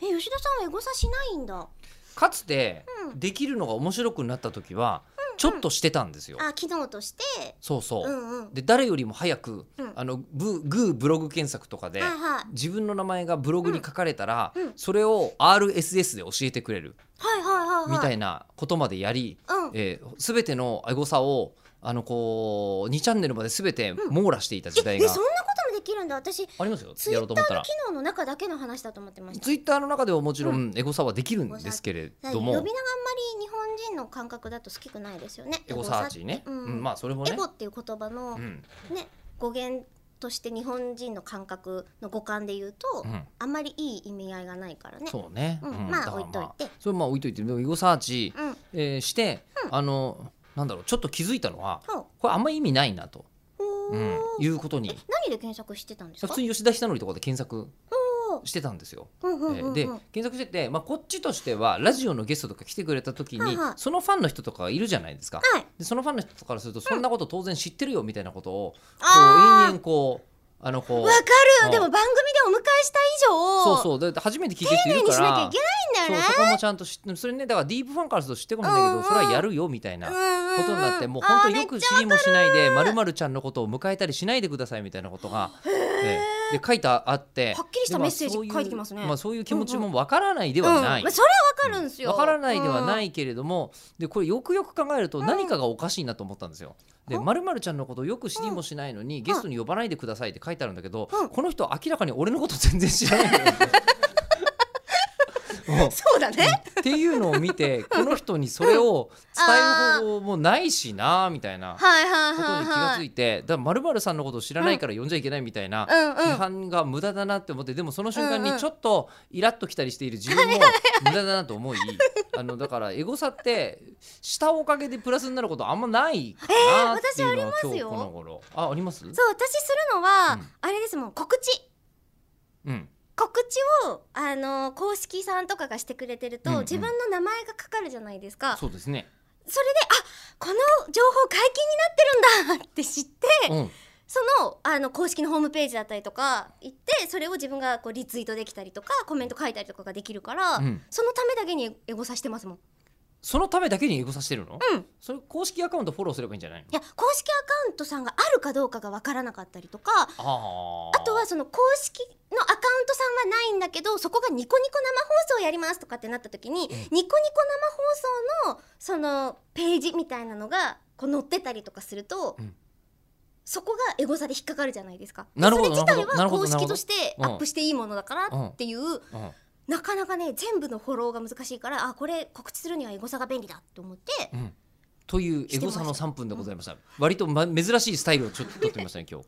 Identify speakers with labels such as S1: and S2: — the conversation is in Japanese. S1: 吉田さんはエゴサしないんだ
S2: かつて
S1: うん
S2: できるのが面白くなった時はちょっとしてたんですよ、
S1: あ機能として
S2: そうそうう、
S1: んうん
S2: で誰よりも早く、
S1: うん
S2: あのブグーブログ検索とかで、
S1: はいはい
S2: 自分の名前がブログに書かれたら、
S1: うんうん
S2: それを RSS で教えてくれる
S1: はいはいはいはい
S2: みた
S1: い
S2: いなことまでやり、
S1: うん
S2: えー、全てのエゴサをあのこう2チャンネルまで全て
S1: うん
S2: 網羅していた時代
S1: ええ
S2: が
S1: そんなこともできるんだ私
S2: ありますよ、
S1: ツイッ
S2: やろう
S1: タ
S2: と
S1: ー
S2: 思った
S1: の
S2: ら
S1: 機。能の中だけの話だと思ってました
S2: ツイッターの中でももちろんエゴサはできるんですけれ
S1: だから
S2: ど
S1: 呼び名があん
S2: も
S1: ま、り日本人の感覚だと好きくないですよね
S2: エゴサーチね、
S1: エゴサーチ
S2: う
S1: うん
S2: んまあそれも
S1: エ
S2: ね
S1: ゴ、っていう言葉の
S2: う
S1: ね
S2: ん
S1: 語源として日本人の感覚の五感で言うと
S2: うん、
S1: あんまりいい意味合いがないからね
S2: そうね、
S1: うん
S2: うん
S1: まあ
S2: だから
S1: 置いといて
S2: それまあ置いといてでもエゴサーチ、
S1: うん
S2: えーして、あのなんだろうちょっと気づいたのは
S1: そう
S2: これあんま意味ないなと、
S1: ほ
S2: うん
S1: ー
S2: いうことに
S1: 何で検索してたんです
S2: 普
S1: か
S2: 通に吉田久典とかで検索
S1: ほ
S2: してたんですよ。
S1: ーうんうん
S2: え
S1: うんう
S2: ー
S1: ん
S2: で検索してて、まあ、こっちとしてはラジオのゲストとか来てくれた時
S1: はい
S2: に
S1: はい
S2: そのファンの人とかがいるじゃないですか。
S1: はい
S2: でそのファンの人からするとそんなこと当然知ってるよみたいなことをこう
S1: あー
S2: 延々こうあのこ
S1: わか
S2: う
S1: るでも番組でお迎えした以上
S2: そうそうだって初めて聞いてる人いる
S1: に
S2: か
S1: しなきゃ
S2: ら
S1: いけないんだよね
S2: そうそこもちゃんと知ってそれねだからディープファンからすると知ってるかもしれないけ
S1: うんう
S2: ど
S1: ん
S2: それはやるよみたいな
S1: こ
S2: ことになってもう本当によく知りもしないでまるまるちゃんのことを迎えたりしないでくださいみたいなことが、ええで書いてあって
S1: はっきりした
S2: でまあ
S1: メッセージ
S2: そうう
S1: 書いてきますね
S2: まあ、そういう気持ちもわからないで
S1: で
S2: はない。
S1: まあ、それはわかるんですよ、、
S2: わからないではないいけれども、でこれよくよく考えると何かがおかしいなと思ったんですよ。で
S1: お
S2: まるまるちゃんのことをよく知りもしないのに、ゲストに呼ばないでくださいって書いてあるんだけど、
S1: うん
S2: この人明らかに俺のこと全然知らないんだよ ねもう
S1: そうだね
S2: っていうのを見てこの人にそれを伝える方法もないしなみたいな
S1: はいはい
S2: こ
S1: は
S2: と
S1: い
S2: に気が
S1: は
S2: つ
S1: い
S2: いてだまるまるさんのことを知らないから呼んじゃいけないみたいな
S1: うんうん
S2: 批判が無駄だなって思ってでもその瞬間
S1: うんう
S2: に
S1: ん
S2: ちょっとイラッときたりしている自分も無駄だなと思 いあのだからエゴサってしたおかげでプラスになることあんまないかなっていう
S1: えー私
S2: のは
S1: あります
S2: 今日
S1: よ
S2: この頃ああります
S1: そう私するのは、
S2: うん
S1: あれですもん告知
S2: うん
S1: 告知をあの公式さんとかがしてくれてると、
S2: うんうん
S1: 自分の名前がかかるじゃないですかそ
S2: そうですね
S1: れであこの情報解禁になってるんだって知って
S2: うん
S1: そのあの公式のホームページだったりとか行ってそれを自分がこうリツイートできたりとかコメント書いたりとかができるから、
S2: うん
S1: そのためだけにエゴサしてますもん
S2: そのためだけにエゴサしてるの
S1: うん
S2: それ公式アカウントフォローすればいいんじゃないの
S1: いや公式アカウントさんがあるかどうかが分からなかったりとかあ
S2: あー
S1: とはその公式のアカウントさんはないんだけどそこがニコニコ生放送やりますとかってなった時に、ニコニコ生放送のそのページみたいなのがこう載ってたりとかすると、
S2: うん
S1: そこがエゴサで引っかかるじゃないですか。で
S2: なるほど
S1: それ
S2: な
S1: 自
S2: るほど
S1: 体は
S2: なるほど
S1: 公式として
S2: な
S1: ア
S2: るほど
S1: ップしていいものだから
S2: うん
S1: っていう、
S2: うん
S1: なかなかね全部のフォローが難しいからあこれ告知するにはエゴサが便利だと思って、
S2: うんというエゴサの3分でございました。割と、ま、珍しいスタイルをちょっと取ってみましたね、今日。